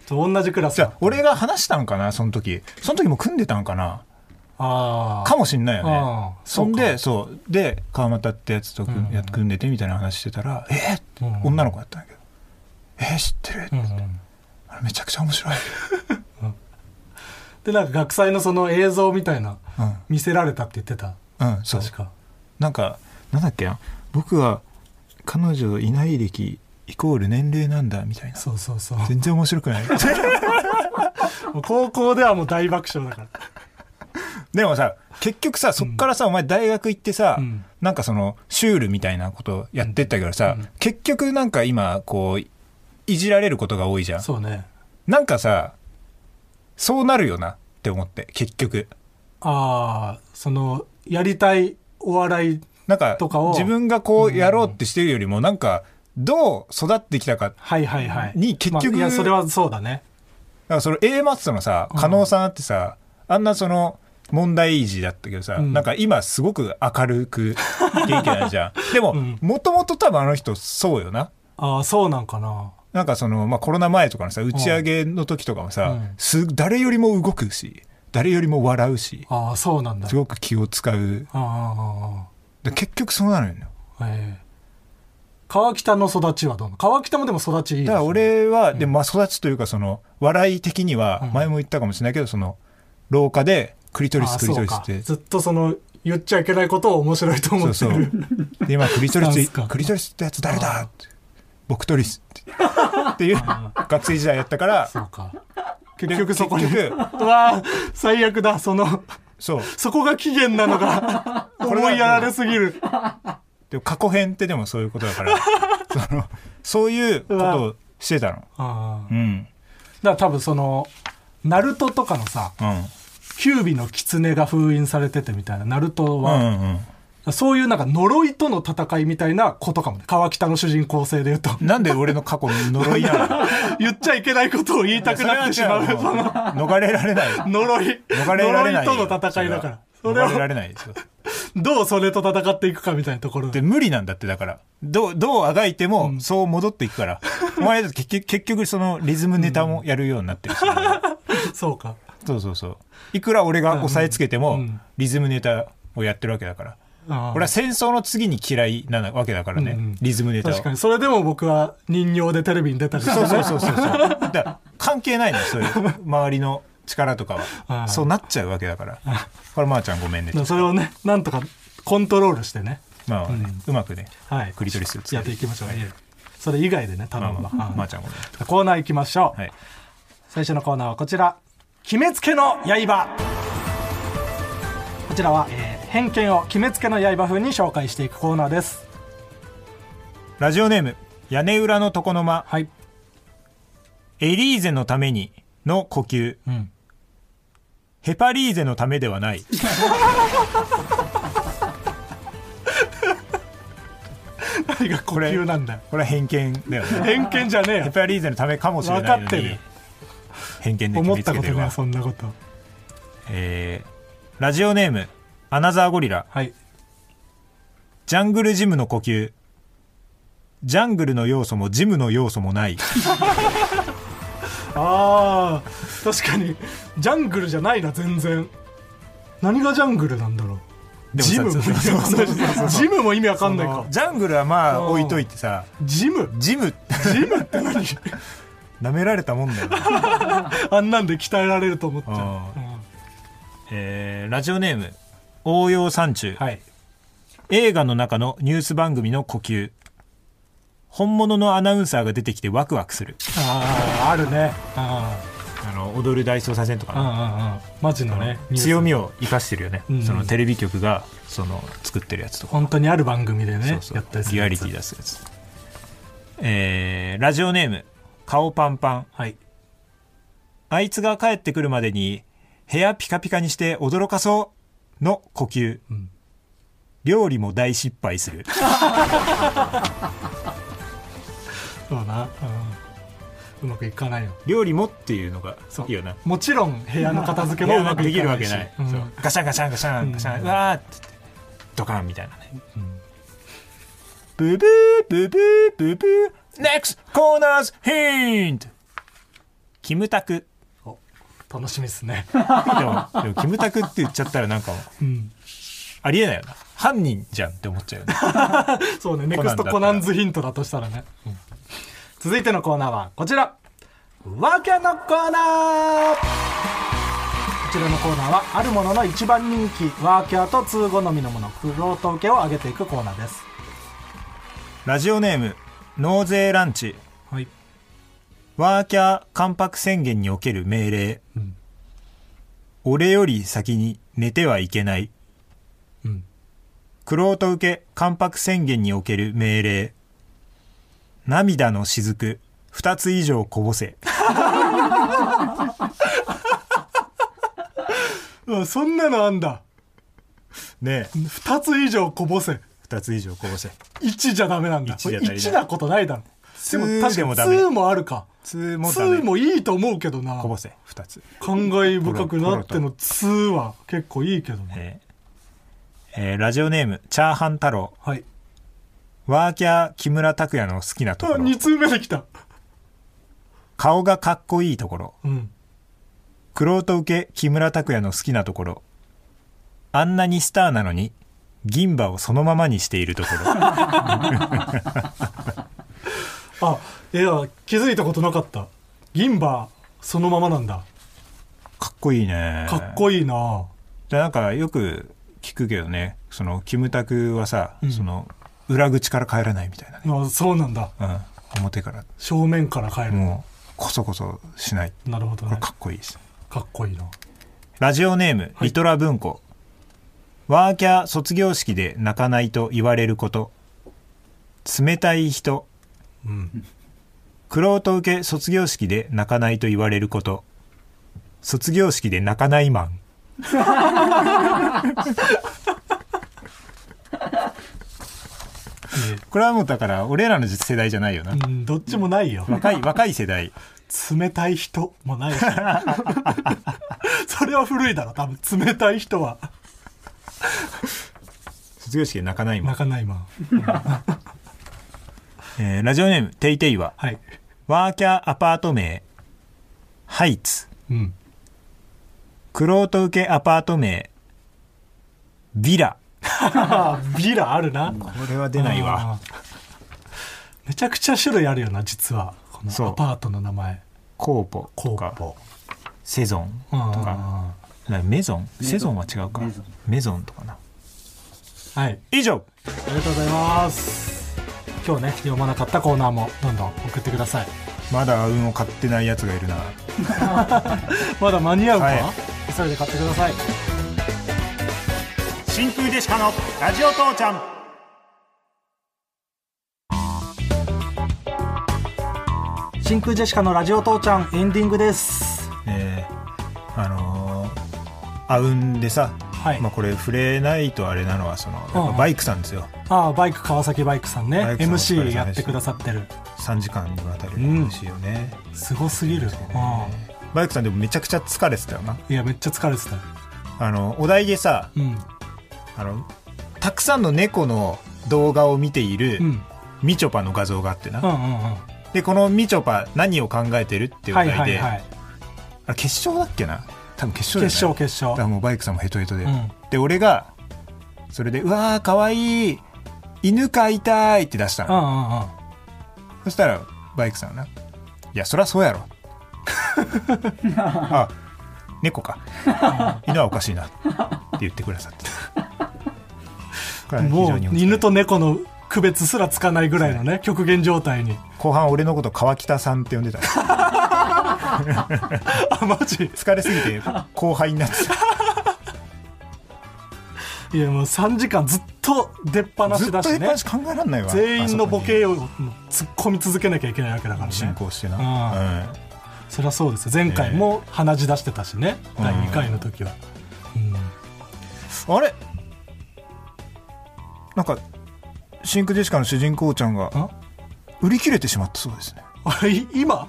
S3: と同じクラス
S2: じゃあ
S3: だ
S2: 俺が話したんかなその時その時も組んでたんかな
S3: あ
S2: かもしんないよね
S3: あー
S2: そんでそうで川又ってやつと組,、
S3: うんうん
S2: や組んでてみたいな話してたら「えっ?」って
S3: うんうん
S2: 女の子だったんだけど「えー、知ってる
S3: うんうん
S2: あれめちゃくちゃ面白い」
S3: でなんか学祭のその映像みたいな
S2: うん
S3: 見せられたって言ってた
S2: うんそう
S3: 確か
S2: なんかなんだっけな僕は彼女いない歴イコール年齢なんだみたいな
S3: そうそうそう
S2: 全然面白くない
S3: [laughs] もう高校ではもう大爆笑だから
S2: でもさ結局さそっからさ、お前大学行ってさ、
S3: うん
S2: なんかそのシュールみたいなことやってったけどさ、
S3: うん
S2: 結局なんか今こういじられることが多いじゃん
S3: そうね
S2: なんかさそうなるよなって思って結局
S3: ああそのやりたいお笑い
S2: なんか
S3: とかを
S2: 自分がこうやろうってしてるよりも、なんかどう育ってきたか
S3: はいはいはい
S2: に結局
S3: まあいやそれはそうだね
S2: だからその A マッソのさ加納さんってさ、あんなその問題児だったけどさ、
S3: うん
S2: なんか今すごく明るく元気なんじゃ
S3: [laughs]
S2: んでも
S3: うん
S2: もともと多分あの人そうよな
S3: ああそうなんかな
S2: なんかその、まあ、コロナ前とかのさ打ち上げの時とかもさ、
S3: うん
S2: す誰よりも動くし誰よりも笑うし
S3: ああそうなんだ
S2: すごく気を使う
S3: あああ
S2: で結局そうなのよね
S3: あああええ川北の育ちはどうなの川北もでも育ちいいですね
S2: だから俺は、でまあ育ちというかその笑い的に
S3: う
S2: は
S3: ん
S2: 前も言ったかもしれないけどその廊下でクリトリス
S3: あ
S2: クリトリスっ
S3: そう
S2: て
S3: かずっとその言っちゃいけないことを面白いと
S2: そ
S3: 思
S2: う
S3: って
S2: そ
S3: る
S2: う。で、今、クリトリ
S3: なん
S2: ス
S3: すか、
S2: クリトリスってやつ誰だって。僕トリスって。っていう、 [laughs] 学生時代やったから、
S3: そうか結局そこに
S2: 結局
S3: うわあ最悪だその
S2: そう。
S3: そこが起源なのが
S2: [laughs] これは
S3: 思いやられすぎる
S2: でも過去編ってでもそういうこと
S3: [laughs]
S2: だから、その、そういうことをしてたの。
S3: ああ
S2: う
S3: だか
S2: ん。
S3: ら多分そのナルトとかのさ
S2: うん。
S3: キュービの狐が封印されててみたいなナルト
S2: う
S3: は、
S2: んうん
S3: そういうなんか呪いとの戦いみたいなことかもね川北の主人公性で言うと
S2: うん。なんで俺の過去に呪いな
S3: [laughs]
S2: の
S3: 言っちゃいけないことを言いたくなってしまう
S2: それ
S3: その
S2: はもう逃れられない。
S3: 呪い
S2: 逃れられないよ。
S3: 呪いとの戦いだからそ
S2: そ
S3: れ
S2: れは逃れら
S3: を
S2: れないですよ。
S3: どうそれと戦っていくかみたいなところ
S2: で
S3: で
S2: 無理なんだってだからどうどうあがいてもそう戻っていくから、お前だって結局結局そのリズムネタもやるようになってるし、
S3: そうか
S2: そうそうそういくら俺が押さえつけても、
S3: うんうん
S2: リズムネタをやってるわけだから、
S3: ああ
S2: 俺は戦争の次に嫌いなわけだからね、
S3: うんうん
S2: リズムネタを
S3: 確かにそれでも僕は人形でテレビに出たりして
S2: そうそうそうそうそうだから関係ないのそういう周りの力とか
S3: ああ
S2: はそうなっちゃうわけだからこれまーちゃんごめんね
S3: だからそれをねなんとかコントロールしてね
S2: まあ、ねうまくね
S3: はい
S2: クリトリスを使
S3: やっていきましょうねそれ以外でね
S2: ま
S3: 頼
S2: あ
S3: む
S2: ま
S3: わ、
S2: あ、まー
S3: はい
S2: ちゃんごめんね
S3: コーナー行きましょう、
S2: はい
S3: 最初のコーナーはこちら決めつけの刃こちらは、えー偏見を決めつけの刃風に紹介していくコーナーです
S2: ラジオネーム屋根裏の床の間
S3: はい、
S2: エリーゼのためにの呼吸
S3: うん、
S2: ヘパリーゼのためではない
S3: 何が呼
S2: これ
S3: 吸なんだよ
S2: これは偏見だ
S3: [laughs]
S2: よね
S3: 偏見じゃねえ
S2: ヘ
S3: よ
S2: パリーゼのためかもしれない
S3: 分かっ
S2: の
S3: てるよ
S2: に偏見で決
S3: 思
S2: め
S3: っ
S2: つ
S3: た
S2: け
S3: こ
S2: て
S3: と
S2: る
S3: ね
S2: わ、
S3: そんなこと
S2: えーラジオネームアナザーゴリラ
S3: はい
S2: ジャングルジムの呼吸ジャングルの要素もジムの要素も [laughs] ない
S3: あー確かにジャングルじゃないな全然何がジャングルなんだろう
S2: でもさ
S3: ジムも
S2: そうそうそうそうそう
S3: ジムも意味わかんない
S2: そ
S3: か
S2: のジャングルはまあ
S3: うん
S2: 置いといてさ
S3: ジム
S2: ジム
S3: ジムって何
S2: [laughs] 舐められたもん [laughs] だよね、
S3: あんなんで鍛えられると思っちゃう、
S2: うん
S3: うん
S2: えーラジオネーム応用山中
S3: はい
S2: 映画の中のニュース番組の呼吸本物のアナウンサーが出てきてワクワクする
S3: あああるねあ
S2: あの踊る大捜査線とか
S3: あうん
S2: の
S3: うんうんマジのね
S2: 強
S3: み
S2: みを生かしてるよね、
S3: うん
S2: そのテレビ局がその作ってるやつとか、
S3: 本当にある番組でね
S2: そう
S3: やった
S2: そ
S3: りす
S2: う
S3: る
S2: リア
S3: やつ
S2: リティ出すやつえーラジオネーム顔パンパン
S3: はい
S2: あいつが帰ってくるまでに部屋ピカピカにして驚かそうの呼吸、
S3: ん
S2: 料理も大失敗する
S3: そうな、うん、うまくいかないよ
S2: [laughs] 料理もっていうのがいいよな
S3: もちろん部屋の片付けもうまく
S2: で
S3: い
S2: き
S3: か
S2: る
S3: な
S2: わ
S3: い
S2: け
S3: し
S2: ない、
S3: うん
S2: そうガシャンガシャンガシャンガシャン、
S3: う
S2: うんわーって言ってドカンみたいなね、
S3: ん
S2: ブブーブブーブブー NEXT コーナーズヒントキムタク
S3: お楽しみですね、
S2: でもでもキムタクって言っちゃったらなんかもう
S3: うん、
S2: ありえないよな犯人じゃんって思っちゃうよね
S3: そうねネ
S2: コ
S3: ク
S2: ナ
S3: スト
S2: ンだったら
S3: コナンズヒントだとしたらね、うん続いてのコーナーはこちらわけのコーナーこちらのコーナーはあるものの一番人気ワーキャーと通好みのものクロート受けを上げていくコーナーです
S2: ラジオネーム納税ランチ
S3: はい
S2: ワーキャー関白宣言における命令、
S3: うん
S2: 俺より先に寝てはいけない
S3: うん
S2: クロート受け関白宣言における命令涙の雫2つ以上こぼせ
S3: うんそんなのあんだ
S2: ねえ
S3: 2つ以上こぼせ
S2: 2つ以上こぼせ
S3: 1じゃダメなんだ
S2: 1じゃ足りない
S3: 1なことないだろでも
S2: 2
S3: 確か
S2: で
S3: に
S2: もダメ
S3: 2もあるか
S2: 2もダ
S3: 2
S2: メ
S3: もいいと思うけどな
S2: こぼせ2つ
S3: 感慨深くなっての2は結構いいけどね
S2: えーえーラジオネームチャーハン太郎
S3: はい
S2: ワーキャー木村拓哉の好きなところ
S3: 2通目できた
S2: 顔がかっこいいところ
S3: うん
S2: クロート受け木村拓哉の好きなところあんなにスターなのに銀歯をそのままにしているとこ
S3: [laughs]
S2: ろ
S3: あいや気づいたことなかった銀歯そのままなんだ
S2: かっこいいね
S3: かっこいいな
S2: でなんかよく聞くけどねそのキムタクはさ、
S3: うん
S2: その裏口から帰らないみたいなね、
S3: あそうなんだ
S2: うん、表から
S3: 正面から帰る
S2: もうこそこそしない
S3: なるほど
S2: これ
S3: ね
S2: かっこいいです
S3: かっこいいな
S2: ラジオネームリトラ文庫、ワーキャー卒業式で泣かないと言われること冷たい人
S3: うん
S2: クロート受け卒業式で泣かないと言われること卒業式で泣かないマン
S3: いい
S2: これはもうだから俺らの世代じゃないよな、
S3: うんどっちもないよ
S2: 若い若い世代
S3: 冷たい人もないし [laughs] それは古いだろ多分冷たい人は
S2: 卒業式で泣かないマン
S3: 泣かないま
S2: えーラジオネームテイテイは
S3: はい
S2: ワーキャーアパート名ハイツ
S3: うん
S2: クロート受けアパート名ビラ
S3: あビラあるな
S2: これは出ない
S3: あ
S2: わ
S3: ーめちゃくちゃ種類あるよな実はこ
S2: そ
S3: の
S2: う
S3: アパートの名前
S2: コーポ
S3: コー
S2: とか
S3: ポ
S2: セゾン
S3: う
S2: と
S3: んうんうん
S2: か
S3: は
S2: なメゾンセゾンは違うか
S1: メゾン
S2: メゾンとかない
S3: あり
S2: 以上
S3: がとうございます今日ね読まなかったコーナーもどんどん送ってください
S2: まだ運を買ってないやつがいるな
S3: まだ間に合うか、
S2: は
S3: 急いで買ってください
S2: 真空デシカのラジオ父ちゃん
S3: 真空ジェシカのラジオ父ちゃんエンディングです
S2: えーあのーあうんでさ、
S3: はい
S2: まあ、これ触れないとあれなのはそのやっぱバイクさんですよ
S3: ああバイク川崎バイクさんね
S2: バイクさんお疲れ
S3: MC
S2: 様でした
S3: やってくださってる
S2: 3時間にわたる
S3: ん
S2: しいよね、
S3: すごすぎる、う
S2: バイクさんでもめちゃくちゃ疲れてたよなん
S3: いやめっちゃ疲れてたよ
S2: あのお題でさ
S3: うん
S2: あのたくさんの猫の動画を見ている
S3: うんうん
S2: みちょぱの画像があってな、
S3: うんうん
S2: でこのみちょぱ何を考えてるっていうお
S3: はい
S2: 題で、
S3: はいはい
S2: あれ決勝だっけな多分決勝だよね
S3: 決勝決
S2: だか
S3: 勝
S2: らもうバイクさんもヘトヘトで、
S3: うん
S2: で俺がそれで「うわーかわいい犬飼いたい」って出した
S3: うんう
S2: の、
S3: んうん
S2: そしたらバイクさんはな「いやそりゃそう
S3: [laughs]
S2: やろ」あ猫か犬はおかしいなって言ってくださってこれは非
S3: も
S2: 常
S3: う
S2: にお疲れ
S3: 犬と猫の区別すらつかないぐらいのね極限状態
S2: [laughs]
S3: に
S2: 後半俺のこと川北さんって呼んでた
S3: あマジ
S2: 疲れすぎて後輩
S3: [laughs]
S2: になってた
S3: いやもう3時間ずっと出っ放
S2: ずっ
S3: し
S2: と
S3: だしね
S2: 一し考えられないわ
S3: 全員のボケ
S2: を
S3: を突っ込み続けなきゃいけないわけだから
S2: 進
S3: ね
S2: 行してな、
S3: うん
S2: うん
S3: そりゃそうですよ前回も鼻血出してたしね
S2: うん
S3: 第2回の時は、うん
S2: あれなんか真空ジェシカの主人公ちゃんが売り切れてしまったそうですね
S3: あい今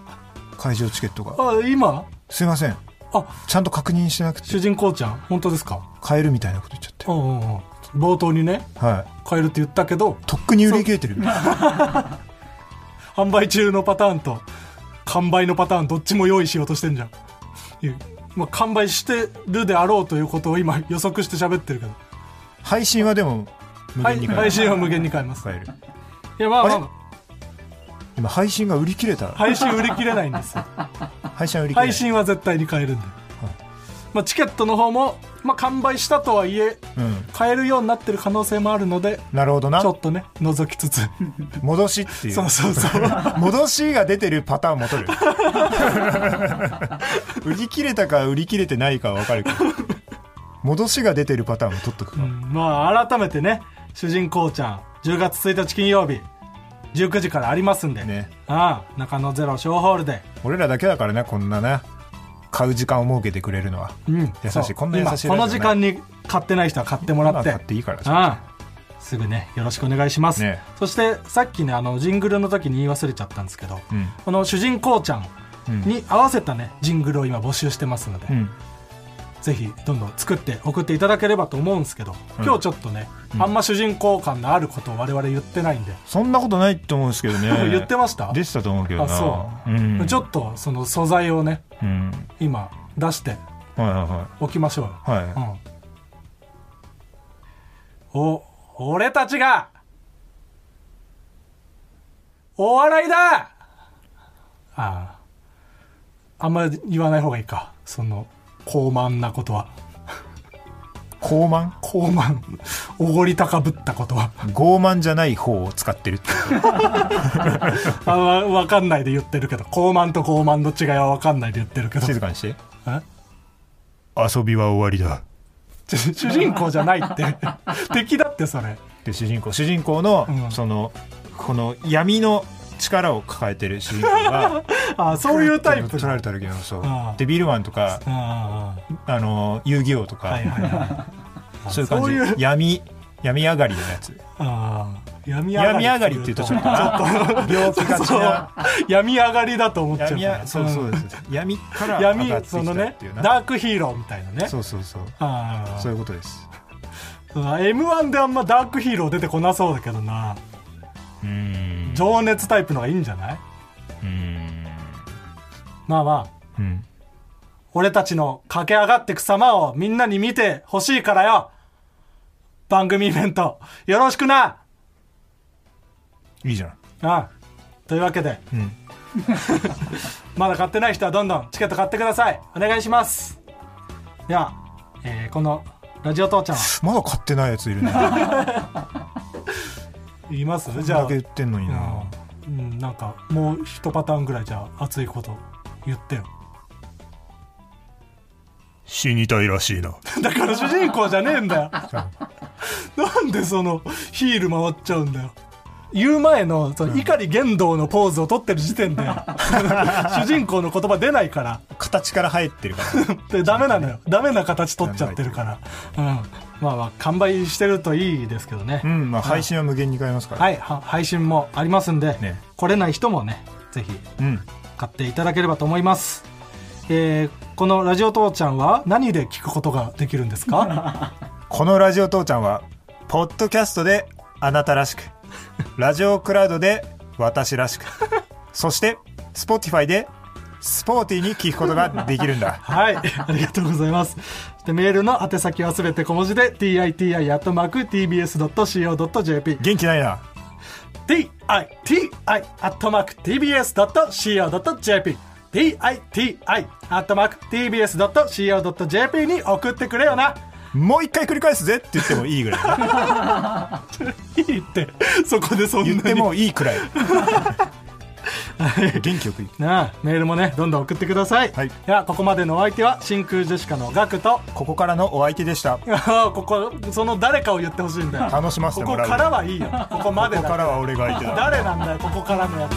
S2: 会場チケットが
S3: あ今
S2: すいません
S3: あ
S2: ちゃんと確認してなくて
S3: 主人公ちゃん本当ですか
S2: 買えるみたいなこと言っちゃって
S3: うんうんうん冒頭にね
S2: はい
S3: 買えるって言ったけど
S2: とっくに売り切れてる
S3: 販売中のパターンと完売のパターンどっちも用意しようとしてんじゃんいうまあ完売してるであろうということを今予測して喋ってるけど
S2: 配信はでも無
S3: は
S2: 限
S3: い
S2: に買え
S3: 配
S2: る,、
S3: 信は無限に買えます
S2: 買える
S3: いやまあま
S2: あれ
S3: あ
S2: 今配信が売り切れた、
S3: 配信売り切れ [laughs] ないんですよ
S2: 配信は売り切れ
S3: 配信は絶対に買えるんで、まあ、チケットの方も、まあ、完売したとはいえ
S2: うん
S3: 買えるようになってる可能性もあるので
S2: なるほどな
S3: ちょっとね覗きつつ
S2: 戻しっていう
S3: そうそうそう
S2: 戻しが出てるパターン
S3: [laughs]
S2: も取る売り切れたか売り切れてないかは分かるけど戻しが出てるパターンも取っとくか、
S3: うんまあ改めてね主人公ちゃん10月1日金曜日19時からありますんで、
S2: ね
S3: ああ中野ゼロ小ホールで、
S2: 俺らだけだからねこんなね買う時間を設けてくれるのは
S3: うん
S2: 優しい
S3: そう
S2: こんな優しい
S3: 今この
S2: ラジ
S3: 時
S2: オない
S3: 間に買ってない人は買ってもら
S2: 今
S3: って
S2: 買っていいから
S3: ああすぐねよろしくお願いします、
S2: ね
S3: そしてさっきねあのジングルの時に言い忘れちゃったんですけど、
S2: うん
S3: この主人公ちゃんに合わせたねジングルを今募集してますので、
S2: うん
S3: ぜひどんどん作って送っていただければと思うんですけど今日ちょっとね、あんま主人公感のあることを我々言ってないんで、
S2: そんなことないと思うんですけどね
S3: [laughs] 言ってました
S2: でしたと思うけど
S3: あ
S2: な
S3: そう、
S2: ん、
S3: ちょっとその素材をね
S2: うん
S3: 今出して
S2: はいは
S3: おきましょうよ
S2: いはいはい、
S3: うん、お俺たちがお笑いだあああんまり言わない方がいいかその高慢なことは
S2: 高慢
S3: 高慢おごり高ぶったことは
S2: 傲慢じゃない方を使っ
S3: [laughs]
S2: てるっていう
S3: あわわかんないで言ってるけど高慢と高慢の違いはわかんないで言ってるけど
S2: 静かにして
S3: え
S2: 遊びは終わりだ
S3: ち主人公じゃないって
S2: [laughs]
S3: 敵だってそれ
S2: で主人公主人公の、
S3: うん
S2: そのこの闇の力を抱えてる主人
S3: [laughs]
S2: 公が
S3: あそういうタイプ
S2: 取られた時のそう
S3: ああ
S2: デビルマンとか
S3: ああ
S2: あの遊戯王とか、
S3: はいはいはい
S2: そういう感じ
S3: そういう
S2: 闇闇上がりのや
S3: [laughs]
S2: つ
S3: ああ闇
S2: 闇上がりって言うとちょっと病気
S3: [laughs]
S2: がちな
S3: 闇上がりだと思っちゃう
S2: 闇
S3: から
S2: あそうそうです、闇から
S3: うん
S2: 上がっ
S3: 闇
S2: てきた
S3: その
S2: っ
S3: ね
S2: ていうな、
S3: ダークヒーローみたいなね
S2: そうそうそう
S3: あ
S2: そういうことです
S3: あ m 1であんまダークヒーロー出てこなそうだけどな
S2: うん
S3: 情熱タイプのがいいんじゃない
S2: うん
S3: まあまあ
S2: うん
S3: 俺たちの駆け上がってく様をみんなに見てほしいからよ番組イベントよろしくない
S2: いじゃん
S3: ああというわけで、
S2: ん
S3: まだ買ってない人はどんどんチケット買ってくださいお願いしますでは、えーこのラジオ父ちゃんは
S2: まだ買ってないやついるねこ
S3: 言います [laughs]
S2: ん
S3: じゃ
S2: だ
S3: あ
S2: け言ってんのにな
S3: うん、うんなんかもう一パターンぐらいじゃあ熱いこと言ってよ
S2: 死にたいらしいな
S3: だから主人公じゃねえんだよなんでそのヒール回っちゃうんだよ言う前のその碇玄道のポーズを取ってる時点
S2: [laughs]
S3: で主人公の言葉出ないから
S2: [laughs] 形から入ってるか
S3: [laughs]
S2: ら
S3: でダメなのよダメな形取っちゃってるから、うん、まあまあ完売してるといいですけどね、
S2: うんまあ配信は無限に買えますから、
S3: はいは配信もありますんで、
S2: ね
S3: 来れない人もねぜひ
S2: うん
S3: 買っていただければと思いますえーこの「ラジオ父ちゃん」は何で聞くことができるんです
S2: [laughs]
S3: か
S2: このラジオ父ちゃんはポッドキャストであなた
S3: [laughs]
S2: らしくラジオクラウドで私らしくそしてスポティファイでスポーティーに聞くことができるんだ
S3: はいありがとうございますでメールの宛先はすべて小文字で titi.tbs.co.jp
S2: 元気ないな
S3: titi.tbs.co.jp titi.tbs.co.jp に送ってくれよな。
S2: もう一回繰り返すぜって言っても
S3: [laughs]
S2: いいぐらい
S3: いいって、そこでそんな
S2: 言
S3: に。
S2: ってもいい
S3: [laughs]
S2: くらい元気よくいく
S3: なあ、メールもね、どんどん送ってください。
S2: はい
S3: では、ここまでのお相手は、真空ジェシカのガクと、
S2: ここからのお相手でした
S3: ああここ、その誰かを言ってほしいんだよ。
S2: 楽しま
S3: こ
S2: せても
S3: こ
S2: らう
S3: からはいいよ。ここまで
S2: ここ
S3: だ。
S2: からは俺が相手だ
S3: 誰なんだよ、ここからのやつ。